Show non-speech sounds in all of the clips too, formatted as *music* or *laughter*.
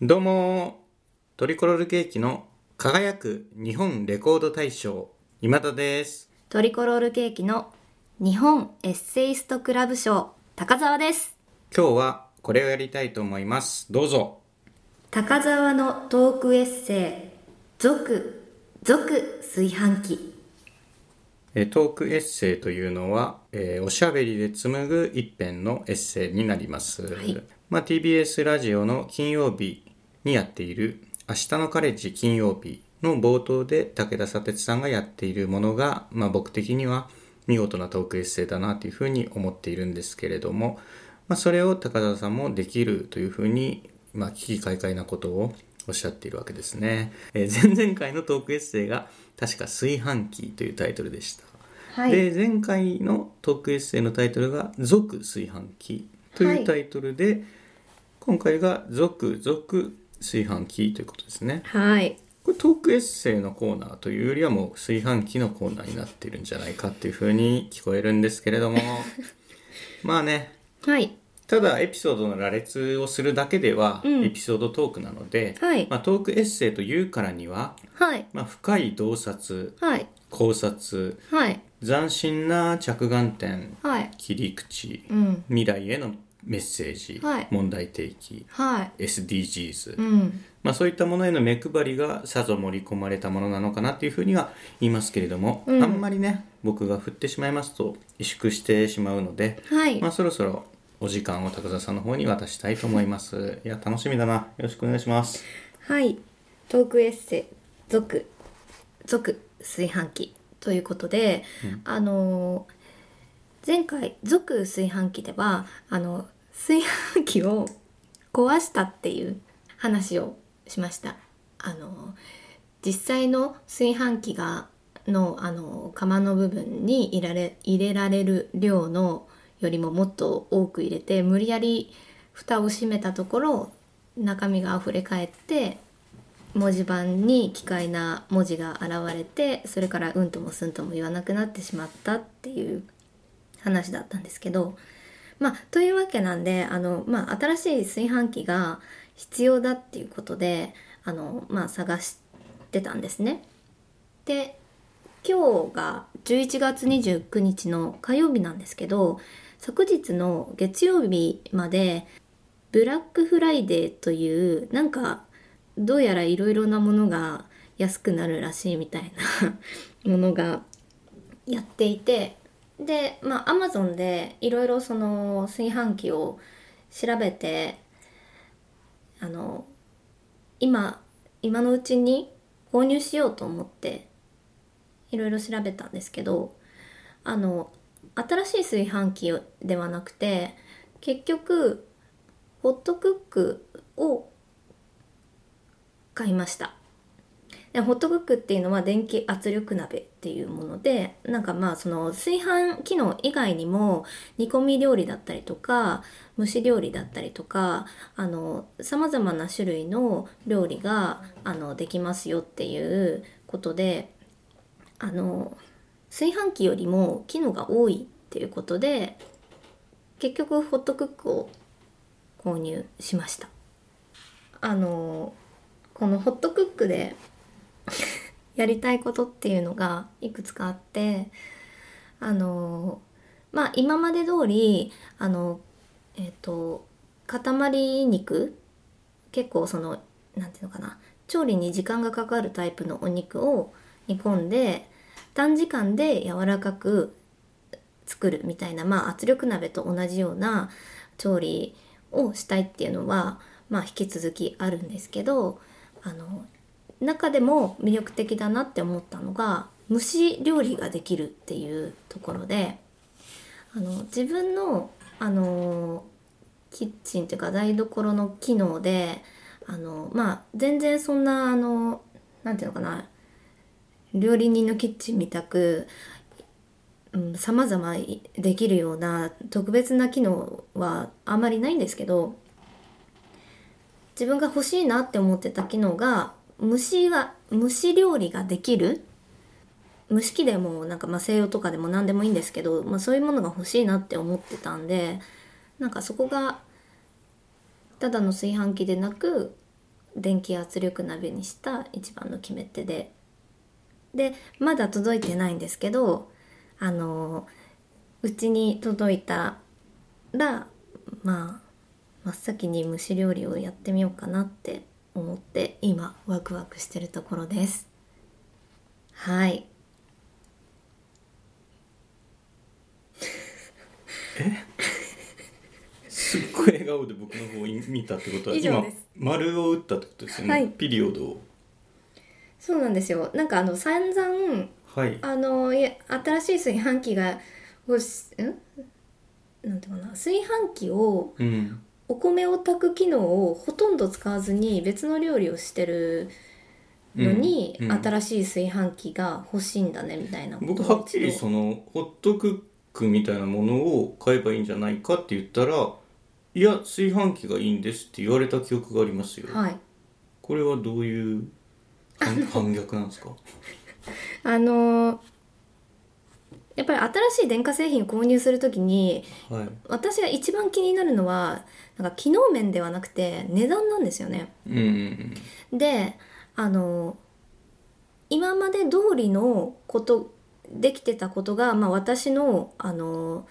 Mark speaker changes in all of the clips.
Speaker 1: どうもトリコロールケーキの輝く日本レコード大賞今田です
Speaker 2: トリコロールケーキの日本エッセイストクラブ賞高澤です
Speaker 1: 今日はこれをやりたいと思いますどうぞ
Speaker 2: 高澤のトークエッセイ「続」「続」炊飯器
Speaker 1: えートークエッセイというのは、えーおしゃべりで紡ぐ一編のエッセイになります、
Speaker 2: い
Speaker 1: まあ、TBS ラジオの金曜日にやっている「明日のカレッジ金曜日」の冒頭で武田砂鉄さんがやっているものが、まあ、僕的には見事なトークエッセイだなというふうに思っているんですけれども、まあ、それを高田さんもできるというふうに、まあ、危機快快なことをおっしゃっているわけですね、えー前々回のトークエッセイが確か「炊飯器」というタイトルでした、
Speaker 2: は
Speaker 1: で前回のトークエッセイのタイトルが「続炊飯器」と
Speaker 2: はいいう
Speaker 1: タイトルで、今回が「続続炊飯器」ということですね
Speaker 2: はい
Speaker 1: これトークエッセイのコーナーというよりはもう炊飯器のコーナーになってるんじゃないかっていうふうに聞こえるんですけれど
Speaker 2: *laughs*
Speaker 1: もまあね
Speaker 2: はい
Speaker 1: ただエピソードの羅列をするだけでは
Speaker 2: うん
Speaker 1: エピソードトークなので、
Speaker 2: はい
Speaker 1: まあ、トークエッセイというからには、
Speaker 2: はい
Speaker 1: まあ、深い洞察
Speaker 2: はい
Speaker 1: 考察
Speaker 2: はい
Speaker 1: 斬新な着眼点
Speaker 2: はい
Speaker 1: 切り口
Speaker 2: うん
Speaker 1: 未来へのメッセージ、
Speaker 2: はい
Speaker 1: 問題提起
Speaker 2: はい
Speaker 1: SDGs、
Speaker 2: うん
Speaker 1: まあ、そういったものへの目配りがさぞ盛り込まれたものなのかなっていうふうには言いますけれども、
Speaker 2: うん
Speaker 1: あんまりね僕が振ってしまいますと萎縮してしまうので、
Speaker 2: はい
Speaker 1: まあ、そろそろお時間を高田さんの方に渡したいと思い
Speaker 2: *laughs*
Speaker 1: ますいや楽しみだなよろしくお願いします
Speaker 2: はいトークエッセイ「続」「続」炊飯器ということで、あのー前回「続」炊飯器ではあの炊飯器を *laughs* 壊したっていう話をしました。あの実際の炊飯器がのあの釜の部分に入れられ入れられる量のよりももっと多く入れて無理やり蓋を閉めたところ中身があふれ返って文字盤に奇怪な文字が現れてそれからうんともすんとも言わなくなってしまったっていう話だったんですけどまあというわけなんであの、まあ、新しい炊飯器が必要だっていうことであの、まあ、探してたんですね。で今日が11月29日の火曜日なんですけど昨日の月曜日までブラックフライデーというなんかどうやらいろいろなものが安くなるらしいみたいな *laughs* ものがやっていてでまあアマゾンでいろいろその炊飯器を調べてあの今今のうちに購入しようと思っていろいろ調べたんですけどあの新しい炊飯器ではなくて結局ホットクックを買いましたでホットクックっていうのは電気圧力鍋っていうものでなんかまあその炊飯機能以外にも煮込み料理だったりとか蒸し料理だったりとかあの様々な種類の料理があのできますよっていうことであの炊飯器よりも機能が多いっていうことで結局ホットクックを購入しましたあのこのホットクックでやりたいことっていうのがいくつかあってあのまあ今まで通りあのえっ、と塊肉結構そのなんていうのかな調理に時間がかかるタイプのお肉を煮込んで短時間で柔らかく作るみたいな、まあ、圧力鍋と同じような調理をしたいっていうのは、まあ、引き続きあるんですけどあの中でも魅力的だなって思ったのが蒸し料理ができるっていうところであの自分のあのキッチンというか台所の機能であの、まあ、全然そんなあのなんていうのかな料理人のキッチンみたくさまざまできるような特別な機能はあまりないんですけど自分が欲しいなって思ってた機能が蒸しが蒸し料理ができる蒸し器でもなんかまあ西洋とかでも何でもいいんですけど、まあ、そういうものが欲しいなって思ってたんでなんかそこがただの炊飯器でなく電気圧力鍋にした一番の決め手ででまだ届いてないんですけどあのうちに届いたらまあ真っ先に蒸し料理をやってみようかなって思って今ワクワクしてるところですはい
Speaker 1: すっごい笑顔で僕の方を見たってことは
Speaker 2: 以上
Speaker 1: 今
Speaker 2: です
Speaker 1: 丸を打ったってことですよね、
Speaker 2: はい
Speaker 1: ピリオドを
Speaker 2: そうなんですよなんかあの散々
Speaker 1: はい
Speaker 2: あのいや新しい炊飯器が欲しんなんていうかな炊飯器を
Speaker 1: うん
Speaker 2: お米を炊く機能をほとんど使わずに別の料理をしてるのに、
Speaker 1: うんうん
Speaker 2: 新しい炊飯器が欲しいんだねみたいなこと
Speaker 1: 僕
Speaker 2: を
Speaker 1: はっきり
Speaker 2: 一度
Speaker 1: そのホットクックみたいなものを買えばいいんじゃないかって言ったら「いや炊飯器がいいんです」って言われた記憶がありますよ、
Speaker 2: はい
Speaker 1: これはどういう
Speaker 2: *laughs*
Speaker 1: 反反逆なんですか
Speaker 2: あのやっぱり新しい電化製品を購入するときに
Speaker 1: はい
Speaker 2: 私が一番気になるのはなんか機能面ではなくて値段なんですよね。
Speaker 1: うんうん
Speaker 2: であの今まで通りのことできてたことが、まあ、私のあの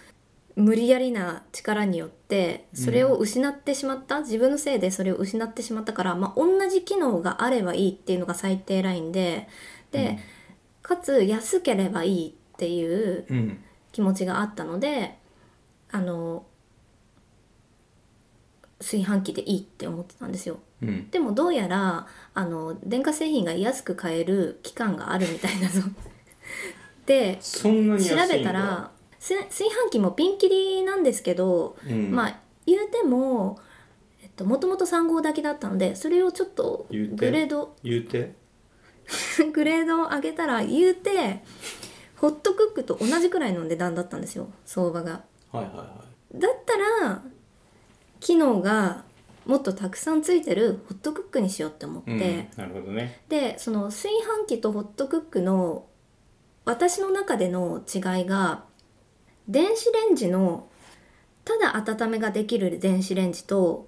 Speaker 2: 無理やりな力によってそれを失ってしまった、自分のせいでそれを失ってしまったから、まあ、同じ機能があればいいっていうのが最低ラインでで、かつ安ければいいっていう
Speaker 1: うんうん
Speaker 2: 気持ちがあったのであの炊飯器でいいって思ってたんですよ。
Speaker 1: うん
Speaker 2: でもどうやらあの電化製品が安く買える期間があるみたいなぞ *laughs* で
Speaker 1: そんなに
Speaker 2: 調
Speaker 1: 安い
Speaker 2: べ
Speaker 1: んだ
Speaker 2: たらせ炊飯器もピンキリなんですけど、
Speaker 1: うん、
Speaker 2: まあ言うても、えっと、もともと3号だけだったのでそれをちょっと
Speaker 1: 言うて
Speaker 2: グレード *laughs*
Speaker 1: 言うて
Speaker 2: グレードを上げたら言うてホットクックと同じくらいの値段だったんですよ相場が。
Speaker 1: はいはいは
Speaker 2: だったら機能がもっとたくさんついてるホットクックにしようって思って。
Speaker 1: い、うん、なるほどね
Speaker 2: でその炊飯器とホットクックの私の中での違いが電子レンジのただ温めができる電子レンジと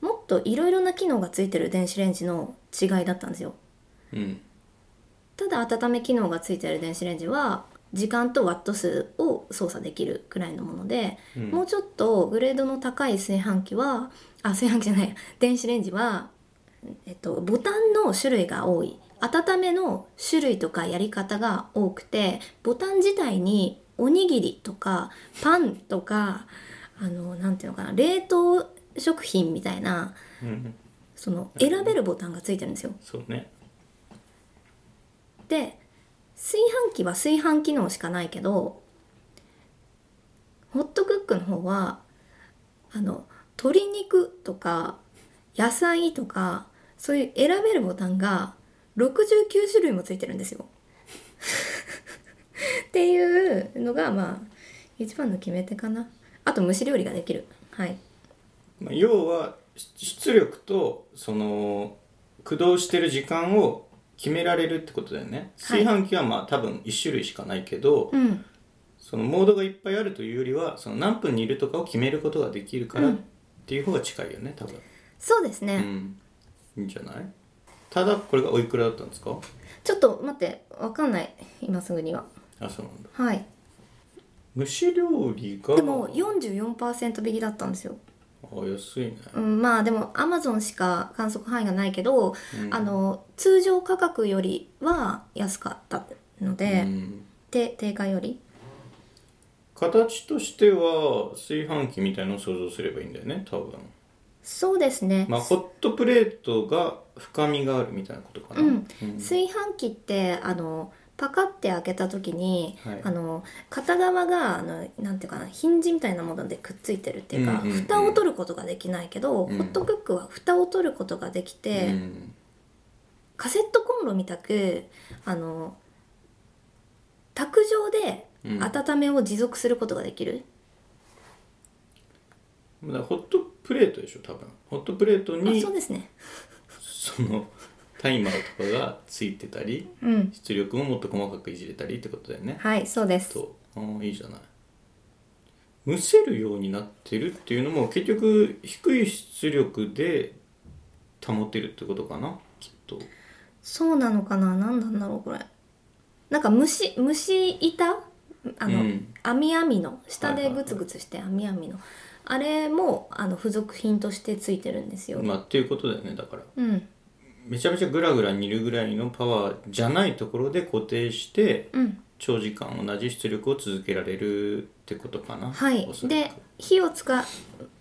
Speaker 2: もっといろいろな機能がついてる電子レンジの違いだったんですよ
Speaker 1: うん
Speaker 2: ただ温め機能がついてる電子レンジは時間とワット数を操作できるくらいのもので、
Speaker 1: うん
Speaker 2: もうちょっとグレードの高い炊飯器はあ炊飯器じゃない電子レンジは、えっと、ボタンの種類が多い温めの種類とかやり方が多くてボタン自体におにぎりとかパンとかあのなんていうのかな冷凍食品みたいな
Speaker 1: うん
Speaker 2: その選べるボタンがついてるんですよ。
Speaker 1: そうね
Speaker 2: で炊飯器は炊飯機能しかないけどホットクックの方はあの鶏肉とか野菜とかそういう選べるボタンが69種類もついてるんですよ。 *laughs* っていうのがまあ一番の決め手かな。あと蒸し料理ができる。はい。
Speaker 1: まあ、要は出出力とその駆動してる時間を決められるってことだよね
Speaker 2: は
Speaker 1: 炊
Speaker 2: い
Speaker 1: 飯器はまあ多分1種類しかないけど、
Speaker 2: うん。
Speaker 1: そのモードがいっぱいあるというよりはその何分にいるとかを決めることができるから
Speaker 2: う
Speaker 1: っ
Speaker 2: ん
Speaker 1: ていう方が近いよね多分
Speaker 2: そうですね。
Speaker 1: うんいいんじゃないただこれがおいくらだったんですか
Speaker 2: ちょっと待って、わかんない。今すぐには。
Speaker 1: あそうなんだ
Speaker 2: はい。
Speaker 1: 蒸し料理が
Speaker 2: でも44%引きだったんですよ、
Speaker 1: あ安いね
Speaker 2: うん、まあでもアマゾンしか観測範囲がないけど、
Speaker 1: うん
Speaker 2: あの通常価格よりは安かったので、
Speaker 1: うん
Speaker 2: で定価より
Speaker 1: 形としては炊飯器みたいのを想像すればいいんだよね多分
Speaker 2: そうですね、
Speaker 1: *laughs* まあホットプレートが深みがあるみたいなことかな
Speaker 2: うん
Speaker 1: うん
Speaker 2: 炊飯器ってあのパカって開けた時に、
Speaker 1: はい
Speaker 2: あの片側があのなんていうかなヒンジみたいなものでくっついてるっていうか、
Speaker 1: うんうんうん
Speaker 2: 蓋を取ることができないけど、
Speaker 1: うん
Speaker 2: ホットクックは蓋を取ることができて、
Speaker 1: うん
Speaker 2: カセットコンロみたくあの卓上で
Speaker 1: うん
Speaker 2: 温めを持続することができる、
Speaker 1: だからホットプレートでしょ多分ホットプレート
Speaker 2: あ
Speaker 1: に
Speaker 2: そうですね
Speaker 1: そのタイマーとかがついてたり
Speaker 2: うん
Speaker 1: 出力ももっと細かくいじれたりってことだよね
Speaker 2: はいそうです
Speaker 1: とああいいじゃないむせるようになってるっていうのも結局低い出力で保てるってことかなきっと
Speaker 2: そうなのかな何なんだろうこれなんか虫虫板あの、
Speaker 1: うん
Speaker 2: 網網の下
Speaker 1: はい
Speaker 2: で
Speaker 1: はいは
Speaker 2: グ
Speaker 1: い
Speaker 2: ツグツして網網のあれもあの付属品としてついてるんですよ、
Speaker 1: まあっていうことだよねだから
Speaker 2: うん
Speaker 1: めちゃめちゃグラグラ煮るぐらいのパワーじゃないところで固定して
Speaker 2: うん
Speaker 1: 長時間同じ出力を続けられるってことかな
Speaker 2: はい
Speaker 1: おそらく
Speaker 2: で火を使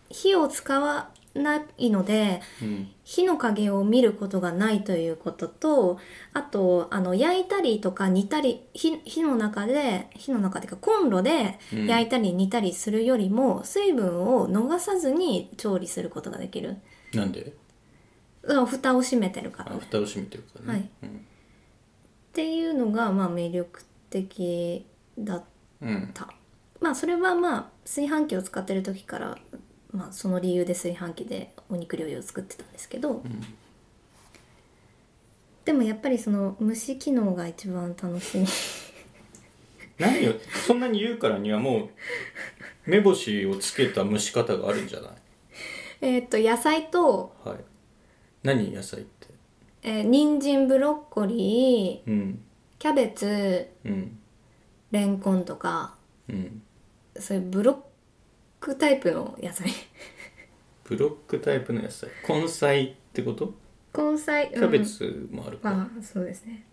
Speaker 2: 火を使わないので
Speaker 1: うん
Speaker 2: 火の加減を見ることがないということとあとあの焼いたりとか煮たり火火の中で火の中でかコンロで
Speaker 1: うん
Speaker 2: 焼いたり煮たりするよりも、水分を逃さずに調理することができる
Speaker 1: なんで
Speaker 2: うん蓋を閉めてるから、
Speaker 1: あ
Speaker 2: ね、っ
Speaker 1: 蓋を閉めてるからね、
Speaker 2: ていうのがまあ魅力的だっ
Speaker 1: うん、うん、
Speaker 2: たまあそれはまあ炊飯器を使ってる時から、まあ、その理由で炊飯器でお肉料理を作ってたんですけど、でもやっぱりその蒸し機能が一番楽しみ
Speaker 1: 何よそんなに言うからにはもう目星をつけた蒸し方があるんじゃない
Speaker 2: *laughs* えっと野菜と、
Speaker 1: はい何野菜って
Speaker 2: えー、人参ブロッコリー
Speaker 1: うん
Speaker 2: キャベツ
Speaker 1: うん
Speaker 2: レンコンとか
Speaker 1: うん
Speaker 2: そういうブロックタイプの野菜 *laughs*
Speaker 1: ブロックタイプの野菜根菜ってこと
Speaker 2: 根菜
Speaker 1: キャベ、ツもある
Speaker 2: うん
Speaker 1: か、
Speaker 2: まあそうですね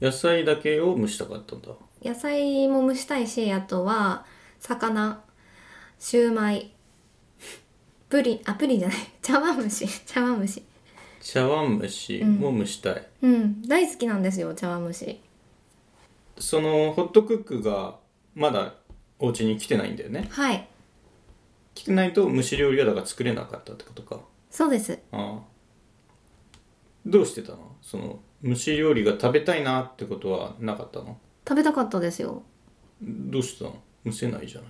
Speaker 1: 野菜だけを蒸したかったんだ
Speaker 2: 野菜も蒸したいしあとは魚シューマイプリンあプリンじゃない *laughs* 茶碗蒸し茶碗蒸し
Speaker 1: 茶碗蒸しも蒸したい、
Speaker 2: うん大好きなんですよ茶碗蒸し
Speaker 1: そのホットクックがまだお家に来てないんだよね
Speaker 2: はい
Speaker 1: 来てないと蒸し料理はだから作れなかったってことか
Speaker 2: そうです
Speaker 1: ああどうしてたのその蒸し料理が食べたいなってことはなかったの
Speaker 2: 食べたかったですよ
Speaker 1: どうしてたの蒸せないじゃ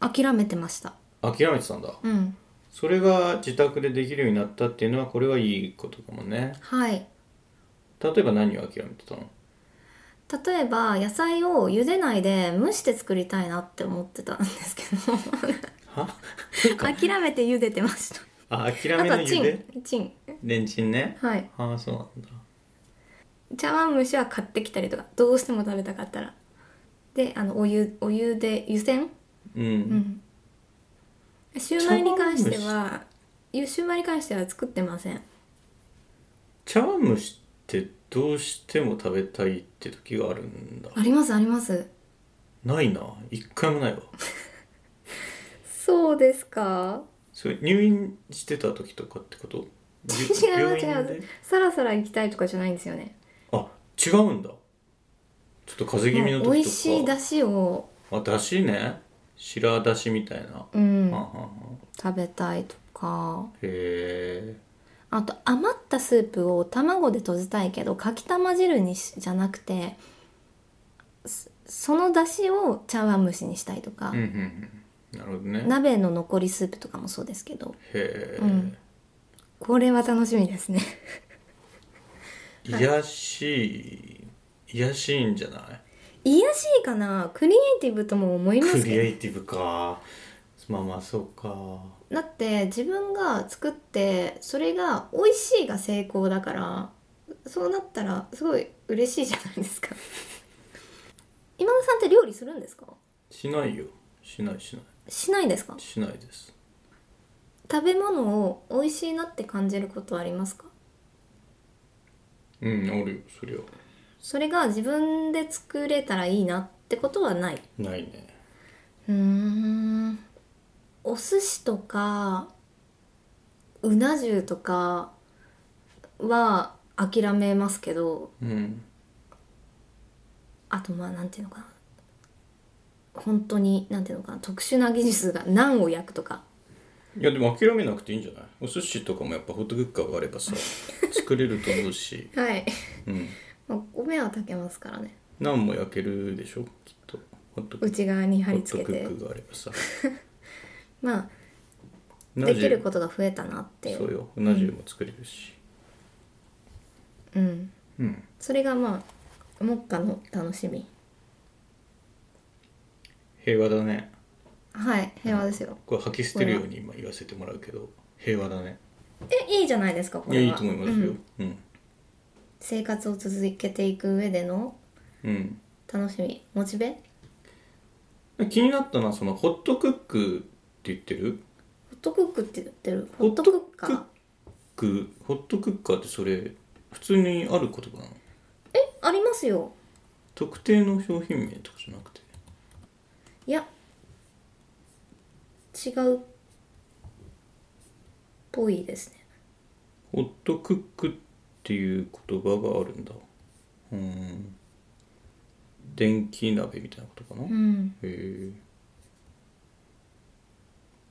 Speaker 1: ない
Speaker 2: 諦めてました
Speaker 1: 諦めてたんだ
Speaker 2: うん
Speaker 1: それが自宅でできるようになったっていうのはこれはいいことかもね
Speaker 2: はい
Speaker 1: 例えば何を諦めてたの
Speaker 2: 例えば野菜を茹でないで蒸して作りたいなって思ってたんですけ
Speaker 1: *laughs*
Speaker 2: ど
Speaker 1: は
Speaker 2: 諦めて茹でてました
Speaker 1: あ諦
Speaker 2: あ
Speaker 1: めな
Speaker 2: とはいチ
Speaker 1: で
Speaker 2: ンチン
Speaker 1: レンチンね
Speaker 2: はい
Speaker 1: ああそうなんだ
Speaker 2: 茶碗蒸しは買ってきたりとかどうしても食べたかったらであのお湯お湯で湯煎
Speaker 1: うん、
Speaker 2: うんシューマイに関してはゆシューマイに関しては作ってません
Speaker 1: 茶碗蒸しってどうしても食べたいって時があるんだ
Speaker 2: ありますあります
Speaker 1: ないな一回もないわ
Speaker 2: そうですか
Speaker 1: それ入院してた時とかってことび
Speaker 2: 違う
Speaker 1: 病院
Speaker 2: 違う
Speaker 1: で
Speaker 2: さらさら行きたいとかじゃないんですよね
Speaker 1: あ違うんだちょっと風邪気味の時と
Speaker 2: も
Speaker 1: か
Speaker 2: う美味しいだしを、
Speaker 1: あだしね白だしみたいな、
Speaker 2: うん
Speaker 1: はんはんはん
Speaker 2: 食べたいとか
Speaker 1: へえ
Speaker 2: あと余ったスープを卵で閉じたいけどかきたま汁にしじゃなくてそその出汁を茶碗蒸しにしたいとか、
Speaker 1: うんうんうんなるほどね
Speaker 2: 鍋の残りスープとかもそうですけど
Speaker 1: へえ、
Speaker 2: うんこれは楽しみですね
Speaker 1: *laughs* 癒やしい癒やしいんじゃない
Speaker 2: 癒やしいかなクリエイティブとも思いま
Speaker 1: ク
Speaker 2: す
Speaker 1: リ
Speaker 2: け
Speaker 1: エイティブかまあまあそうか
Speaker 2: どだって自分が作ってそれが美味しいが成功だからそうなったらすごい嬉しいじゃない
Speaker 1: *laughs*
Speaker 2: ですか今田さんって料理するんですか
Speaker 1: しないよしないしな
Speaker 2: しないんですか
Speaker 1: いしないです
Speaker 2: 食べ物を美味しいなって感じることありますか
Speaker 1: うんあるよそりゃ
Speaker 2: それが自分で作れたらいいなってことはない
Speaker 1: ないね
Speaker 2: うーんお寿司とかうな重とかは諦めますけど
Speaker 1: うん
Speaker 2: あとまあなんていうのかな本当になんていうのかな特殊な技術が何を焼くとか
Speaker 1: いやでも諦めなくていいんじゃないお寿司とかもやっぱホットクッカーがあれば
Speaker 2: *laughs*
Speaker 1: さ作れると思うし、
Speaker 2: はい *laughs*
Speaker 1: うん、
Speaker 2: まあお目は炊けますからね
Speaker 1: ナンも焼けるでしょきっとホットクッ
Speaker 2: 内側に貼
Speaker 1: ホ
Speaker 2: り
Speaker 1: ッ
Speaker 2: 付
Speaker 1: ト
Speaker 2: け
Speaker 1: ク
Speaker 2: て
Speaker 1: ックがあればさ
Speaker 2: まあ
Speaker 1: な
Speaker 2: *laughs* で
Speaker 1: じ
Speaker 2: きることが増えたなってい
Speaker 1: そう
Speaker 2: う
Speaker 1: ような重も作れるし
Speaker 2: うん
Speaker 1: うん
Speaker 2: それがまあ目下の楽しみ
Speaker 1: 平和だね
Speaker 2: はい平和ですよ
Speaker 1: これ吐き捨てるように今言わせてもらうけど平和だね
Speaker 2: えいいじゃないですかこ
Speaker 1: いや
Speaker 2: れはい
Speaker 1: いと思いますよ
Speaker 2: うん
Speaker 1: うん
Speaker 2: 生活を続けていく上での
Speaker 1: うん、
Speaker 2: 楽しみモチベ
Speaker 1: 気になったのはそのホットクックって言ってる
Speaker 2: ホットクックって言ってる
Speaker 1: ホ
Speaker 2: ホ
Speaker 1: ッ
Speaker 2: ッ
Speaker 1: ト
Speaker 2: ト
Speaker 1: ク
Speaker 2: ク
Speaker 1: ッ
Speaker 2: ッカー
Speaker 1: クホットクッカーってそれ普通にある言葉なの
Speaker 2: ありますよ
Speaker 1: 特定の商品名とかじゃなくて
Speaker 2: いや違うっぽいですね
Speaker 1: ホットクックっていう言葉があるんだうん電気鍋みたいなことかな、
Speaker 2: う
Speaker 1: へ
Speaker 2: ん
Speaker 1: え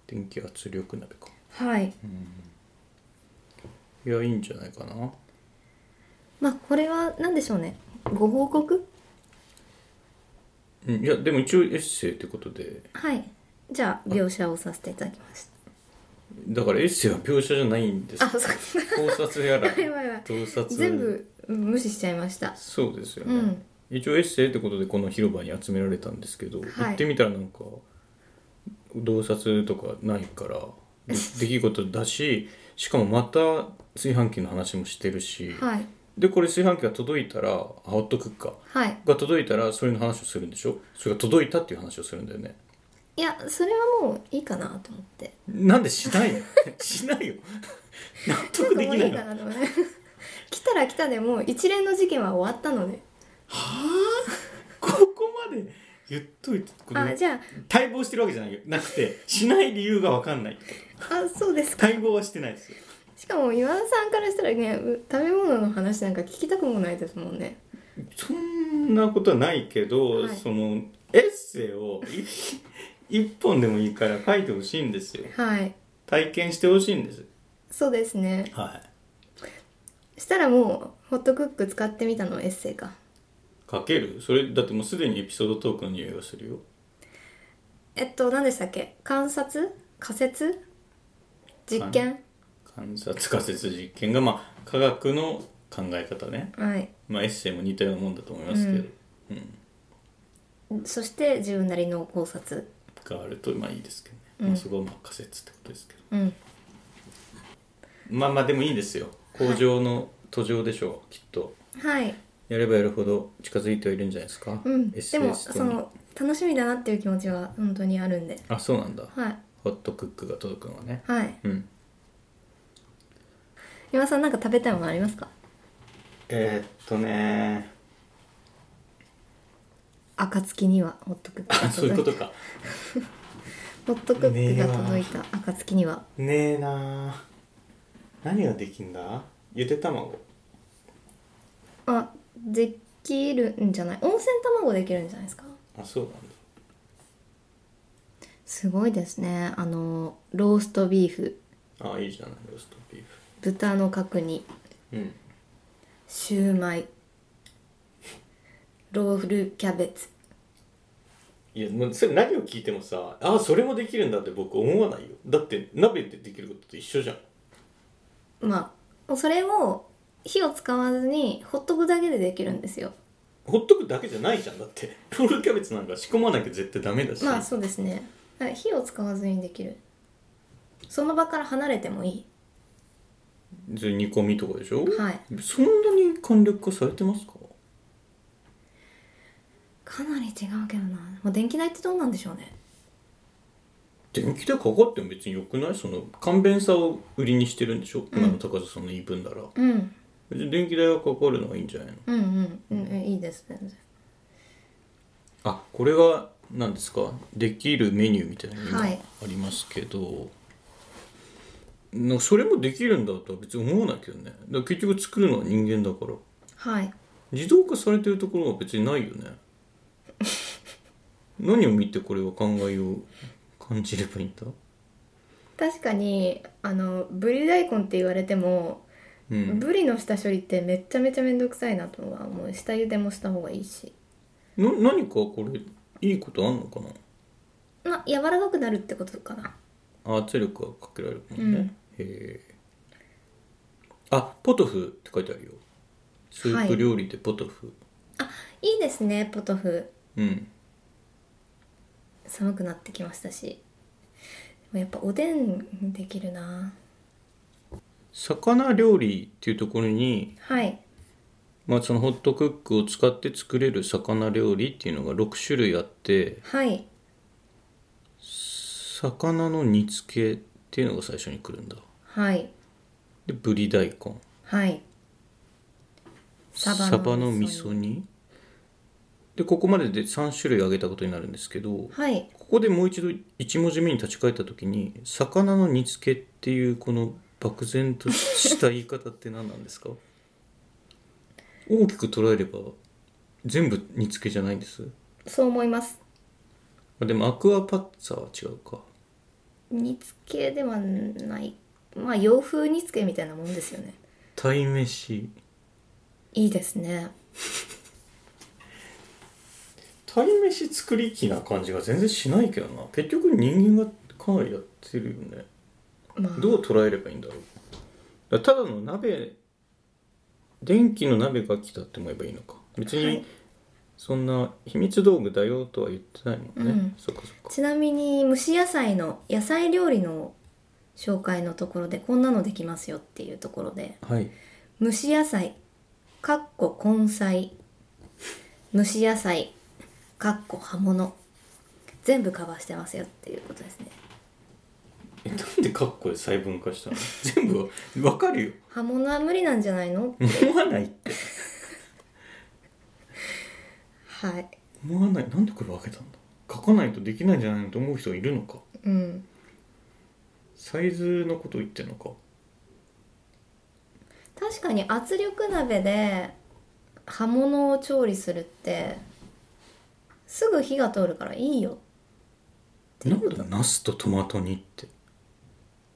Speaker 1: 電気圧力鍋か
Speaker 2: はい
Speaker 1: いやいいんじゃないかな
Speaker 2: まあこれは何でしょうねご報告
Speaker 1: うんいやでも一応エッセイってことで
Speaker 2: はいじゃあ描写をさせていただきまし
Speaker 1: だからエッセイは描写じゃないんです
Speaker 2: たあそう
Speaker 1: 考察
Speaker 2: *laughs*
Speaker 1: やら
Speaker 2: はいはいはい
Speaker 1: 洞察
Speaker 2: 全部無視しちゃいました
Speaker 1: そうですよ
Speaker 2: う
Speaker 1: ね、
Speaker 2: ん
Speaker 1: 一応エッセイってことでこの広場に集められたんですけど、
Speaker 2: はい
Speaker 1: 行ってみたらなんか洞察とかないから
Speaker 2: *laughs*
Speaker 1: で出来事だししかもまた炊飯器の話もしてるし、
Speaker 2: はい
Speaker 1: でこれ炊飯器が届いたらあホットクッカー
Speaker 2: はい
Speaker 1: が届いたらそれの話をするんでしょそれが届いたっていう話をするんだよね
Speaker 2: いやそれはもういいかなと思って
Speaker 1: なんでしないの
Speaker 2: *laughs*
Speaker 1: しないよ納得でき
Speaker 2: も
Speaker 1: な
Speaker 2: う
Speaker 1: い
Speaker 2: いい
Speaker 1: の
Speaker 2: かなと思って来たら来たでもう一連の事件は終わったので
Speaker 1: ここまで言っといてこれ
Speaker 2: あじゃ
Speaker 1: 待望してるわけじゃないよなくてしない理由が分かんないってこと
Speaker 2: ああそうですか
Speaker 1: 待望はしてないですよ
Speaker 2: しかも岩田さんからしたらねう食べ物の話なんか聞きたくもないですもんね
Speaker 1: そんなことはないけど、
Speaker 2: はい
Speaker 1: そのエッセイをい一本でもいい *laughs* から書いてほしいんですよ
Speaker 2: はい
Speaker 1: 体験してほしいんです
Speaker 2: そうですね
Speaker 1: はい
Speaker 2: したらもうホットクック使ってみたのエッセイか
Speaker 1: 書けるそれだってもうすでにエピソードトークの匂いがするよ
Speaker 2: えっと何でしたっけ観察仮説実験
Speaker 1: 観察仮説実験がまあ科学の考え方ね
Speaker 2: はい
Speaker 1: まあエッセイも似たようなもんだと思いますけど、
Speaker 2: そして自分なりの考察
Speaker 1: があるとまあいいですけどね、
Speaker 2: うん
Speaker 1: まあ、そこはまあ仮説ってことですけど
Speaker 2: うん
Speaker 1: まあまあでもいいんですよ工場の途上でしょう、きっと
Speaker 2: はい
Speaker 1: やればやるほど近づいてはいるんじゃないですか、
Speaker 2: うんで
Speaker 1: SS
Speaker 2: も
Speaker 1: と
Speaker 2: その楽しみだなっていう気持ちは本当にあるんで
Speaker 1: あそうなんだ
Speaker 2: はい
Speaker 1: ホットクックが届くのはね
Speaker 2: はい
Speaker 1: うん
Speaker 2: 岩さんなんか食べたいものありますか
Speaker 1: えー、っとね
Speaker 2: 暁にはホットクックが
Speaker 1: あそういう
Speaker 2: 届い
Speaker 1: こと
Speaker 2: た
Speaker 1: か
Speaker 2: ホットクックが届いた暁には
Speaker 1: ねえな何ができんだゆで卵
Speaker 2: あできるんじゃない温泉卵できるんじゃないですか
Speaker 1: あそうなんだ
Speaker 2: すごいですねあのローストビーフ
Speaker 1: あいいじゃないローストビー
Speaker 2: 豚の角煮
Speaker 1: フうん
Speaker 2: シューマイロールキャベツ
Speaker 1: いやもうそれ何を聞いてもさあそれもできるんだって僕思わないよだって鍋でできることと一緒じゃん
Speaker 2: まあそれを火を使わずにほっとくだけでできるんですよ
Speaker 1: ほっとくだけじゃないじゃんだって *laughs* ロールキャベツなんか仕込まなきゃ絶対ダメだし、
Speaker 2: まあそうですねだから火を使わずにできるその場から離れてもいい
Speaker 1: それ煮込みとかでしょ
Speaker 2: はい
Speaker 1: そんなに簡略化されてますか
Speaker 2: かなり違うけどなもう電気代ってどうなんでしょうね
Speaker 1: 電気代かかっても別に良くないその簡便さを売りにしてるんでしょ、今の高田さんの言い分なら
Speaker 2: うん
Speaker 1: 別に電気代がかかるのがいいんじゃないの
Speaker 2: うんうん、うん、えいいです全然
Speaker 1: あこれが何ですかできるメニューみたいなのが
Speaker 2: は
Speaker 1: 今
Speaker 2: い
Speaker 1: ありますけど、なそれもできるんだとは別に思わないけどねだから結局作るのは人間だから
Speaker 2: はい
Speaker 1: 自動化されてるところは別にないよ
Speaker 2: *laughs*
Speaker 1: ね何を見てこれは考えを感じればいいんだ
Speaker 2: 確かにあのブリ大根って言われても、
Speaker 1: うん
Speaker 2: ブリの下処理ってめっちゃめちゃめんどくさいなとは思う下茹でもした方がいいし
Speaker 1: な何かこれいいことあんのかな
Speaker 2: まあ柔らかくなるってことかな
Speaker 1: 圧力がかけられるもんね、
Speaker 2: うん
Speaker 1: へえあポトフって書いてあるよスープ料理でポトフ、
Speaker 2: いいですねポトフ
Speaker 1: うん
Speaker 2: 寒くなってきましたしでもやっぱおでんできるな
Speaker 1: 魚料理っていうところに、
Speaker 2: はい
Speaker 1: まあ、そのホットクックを使って作れる魚料理っていうのが6種類あって
Speaker 2: はい
Speaker 1: 魚の煮付けっていうのが最初に来るんだ
Speaker 2: はい
Speaker 1: でぶり大根
Speaker 2: はい
Speaker 1: サ
Speaker 2: サ
Speaker 1: バ
Speaker 2: バ
Speaker 1: の
Speaker 2: の
Speaker 1: 味噌煮でここまでで3種類挙げたことになるんですけど
Speaker 2: はい
Speaker 1: ここでもう一度1文字目に立ち返った時に「魚の煮付け」っていうこの漠然とした言い方って何なんですか *laughs* 大きく捉えれば全部煮付けじゃないんです
Speaker 2: そう思います
Speaker 1: あでもアクアパッツァは違うか
Speaker 2: 煮付けではないまあ洋風煮付けみたいなもんですよね
Speaker 1: 鯛めし
Speaker 2: いいですね
Speaker 1: 鯛めし作り気な感じが全然しないけどな結局人間がかなりやってるよね
Speaker 2: まあ
Speaker 1: どう捉えればいいんだろうだからただの鍋電気の鍋が来たって思えばいいのか別
Speaker 2: は
Speaker 1: に
Speaker 2: い
Speaker 1: そんな秘密道具だよとは言ってないもんね、
Speaker 2: うん
Speaker 1: そっかそっか
Speaker 2: ちなみに蒸し野菜の野菜料理の紹介のところでこんなのできますよっていうところで
Speaker 1: はい
Speaker 2: 蒸し野菜かっこ根菜蒸し野菜かっこ葉物全部カバーしてますよっていうことですね
Speaker 1: えなんでカッコで細分化したの *laughs* 全部わかるよ
Speaker 2: 葉物は無理なんじゃないの
Speaker 1: 思わないって
Speaker 2: はい
Speaker 1: 思わないなんでこれ分けたんだ書かないとできないんじゃないのと思う人がいるのか
Speaker 2: うん
Speaker 1: サイズのことを言ってるのか
Speaker 2: 確かに圧力鍋で葉物を調理するってすぐ火が通るからいいよ
Speaker 1: なんだナスとトマト煮って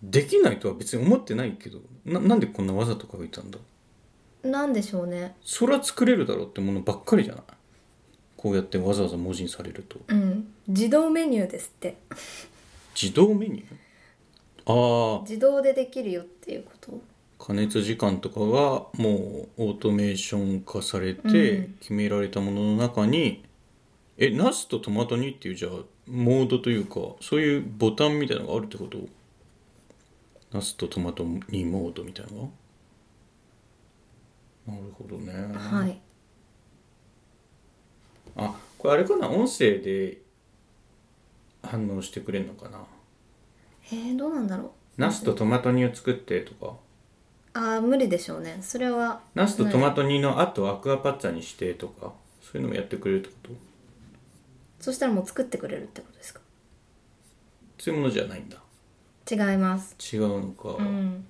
Speaker 1: できないとは別に思ってないけどななんでこんなわざと書いたんだ
Speaker 2: なんでしょうね
Speaker 1: それは作れるだろうってものばっかりじゃないこうやってわざわざ文字にされると
Speaker 2: うん自動メニューですって
Speaker 1: 自動メニューああ
Speaker 2: 自動でできるよっていうこと
Speaker 1: 加熱時間とかがもうオートメーション化されて
Speaker 2: うん
Speaker 1: 決められたものの中に、えナスとトマト煮っていうじゃあモードというかそういうボタンみたいなのがあるってことナスとトマト煮モードみたいなのがなるほどね
Speaker 2: はい
Speaker 1: あこれあれかな音声で反応してくれるのかな
Speaker 2: えー、どうなんだろう
Speaker 1: ナスとトマト煮を作ってとか
Speaker 2: あー無理でしょうねそれは
Speaker 1: ナスとトマト煮のあとアクアパッツァにしてとかそういうのもやってくれるってこと
Speaker 2: そしたらもう作ってくれるってことですか
Speaker 1: そういうものじゃないんだ
Speaker 2: 違います
Speaker 1: 違うのか、
Speaker 2: うん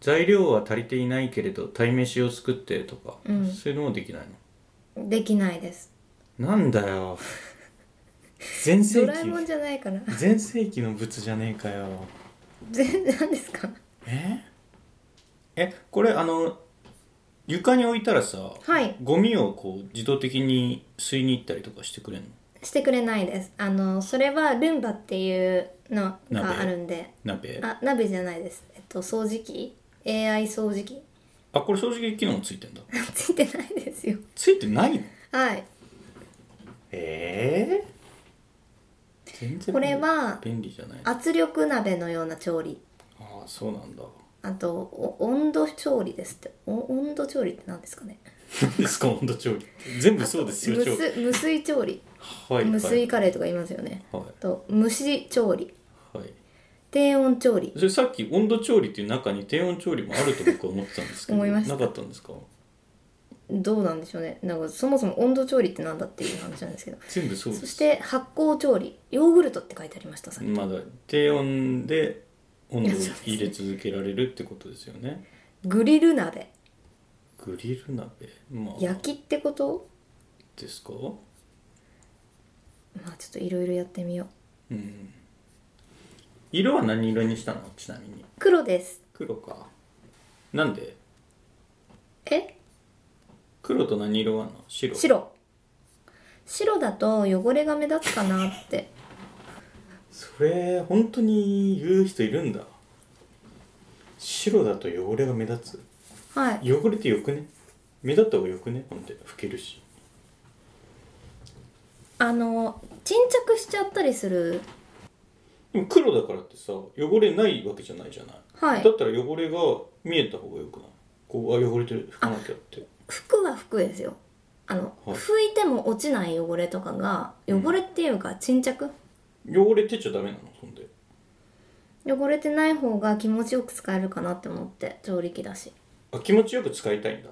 Speaker 1: 材料は足りていないけれど鯛めしを作ってとか、
Speaker 2: うん
Speaker 1: そういうのもできない
Speaker 2: できないです
Speaker 1: のなんだ
Speaker 2: *laughs*
Speaker 1: よ全
Speaker 2: ド
Speaker 1: 盛
Speaker 2: ラえもん
Speaker 1: 期
Speaker 2: じゃないから *laughs*
Speaker 1: 全盛期の物じゃねえかよ
Speaker 2: 全然何ですか
Speaker 1: ええこれあの床に置いたらさ
Speaker 2: はい
Speaker 1: ゴミをこう自動的に吸いに行ったりとかしてくれんの
Speaker 2: してくれないですあのそれはルンバっていうの
Speaker 1: 鍋
Speaker 2: があるんで
Speaker 1: 鍋あ
Speaker 2: あ鍋じゃないですえっと掃除機 AI 掃除機 *laughs*
Speaker 1: これ掃除機機能もついてんだ
Speaker 2: ついてないですよ
Speaker 1: ついてないの
Speaker 2: はい
Speaker 1: ええ全然
Speaker 2: これは
Speaker 1: 便利じゃないあ
Speaker 2: 圧力鍋のような調理
Speaker 1: あそうなんだ
Speaker 2: あとお温度調理ですってお温度調理って何ですかね
Speaker 1: 何ですか温度調理全部そうですよ
Speaker 2: 無水無水調理
Speaker 1: はい
Speaker 2: 無水
Speaker 1: か
Speaker 2: カレーとか言いますよね
Speaker 1: は
Speaker 2: と蒸し調理
Speaker 1: いはい
Speaker 2: 低温調理
Speaker 1: それさっき温度調理っていう中に低温調理もあると僕は思ってたんですけど
Speaker 2: 思いました
Speaker 1: なかったんですか
Speaker 2: どうなんでしょうねなんかそもそも温度調理ってなんだっていう話なんですけど
Speaker 1: 全部そうです
Speaker 2: そして発酵調理ヨーグルトって書いてありましたさっき
Speaker 1: まだ低温で温度を入れ続けられるってことですよね
Speaker 2: グリル鍋
Speaker 1: グリル鍋まあ
Speaker 2: 焼きってこと
Speaker 1: ですか
Speaker 2: まあちょっといろいろやってみよう
Speaker 1: うん色は何色にしたのちなみに
Speaker 2: 黒です
Speaker 1: 黒かなんで
Speaker 2: え
Speaker 1: 黒と何色はの白
Speaker 2: 白白だと汚れが目立つかなって
Speaker 1: それ本当に言う人いるんだ白だと汚れが目立つ
Speaker 2: はい
Speaker 1: 汚れてよくね目立った方がよくねほんで老けるし
Speaker 2: あの沈着しちゃったりする
Speaker 1: でも黒だからってさ汚れないわけじゃないじゃない、
Speaker 2: はい
Speaker 1: だったら汚れが見えた方がよくないこうあ汚れてる拭かなきゃって
Speaker 2: 服は服ですよあの、
Speaker 1: はい
Speaker 2: 拭いても落ちない汚れとかが汚れっていうか沈着、
Speaker 1: 汚れてちゃダメなのそんで
Speaker 2: 汚れてない方が気持ちよく使えるかなって思って調理器だし
Speaker 1: あ気持ちよく使いたいんだ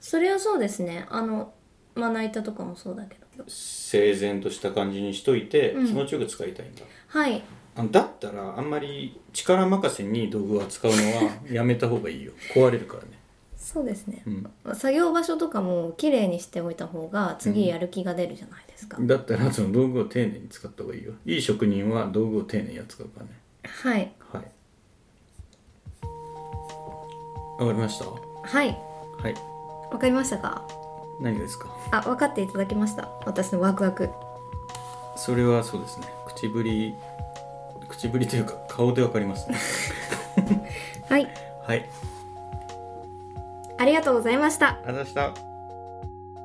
Speaker 2: それはそうですねあのまな板とかもそうだけど
Speaker 1: 整然とした感じにしといて
Speaker 2: うん
Speaker 1: 気持ちよく使いたいんだ、
Speaker 2: はい
Speaker 1: あだったらあんまり力任せに道具を扱うのは
Speaker 2: *laughs*
Speaker 1: やめた方がいいよ壊れるからね
Speaker 2: そうですね、
Speaker 1: うん
Speaker 2: 作業場所とかも綺麗にしておいた方が次やる気が出るじゃないですか、
Speaker 1: だったらその道具を丁寧に使った方がいいよいい職人は道具を丁寧に扱うからね
Speaker 2: はい
Speaker 1: はいわかりましたは
Speaker 2: はい
Speaker 1: い
Speaker 2: わかりましたか
Speaker 1: 何がですか
Speaker 2: あ分かっていただきました私のワクワク
Speaker 1: それはそうですね口ぶり口ぶりというか顔でわかりますね
Speaker 2: はい
Speaker 1: はい
Speaker 2: ありがとうございました
Speaker 1: ありがとうございました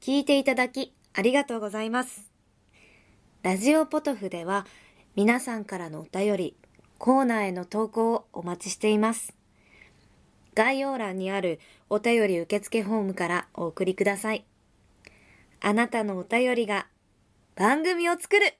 Speaker 3: 聞いていただきありがとうございます。ラジオポトフでは皆さんからのお便り、コーナーへの投稿をお待ちしています。概要欄にあるお便り受付フォームからお送りください。あなたのお便りが番組を作る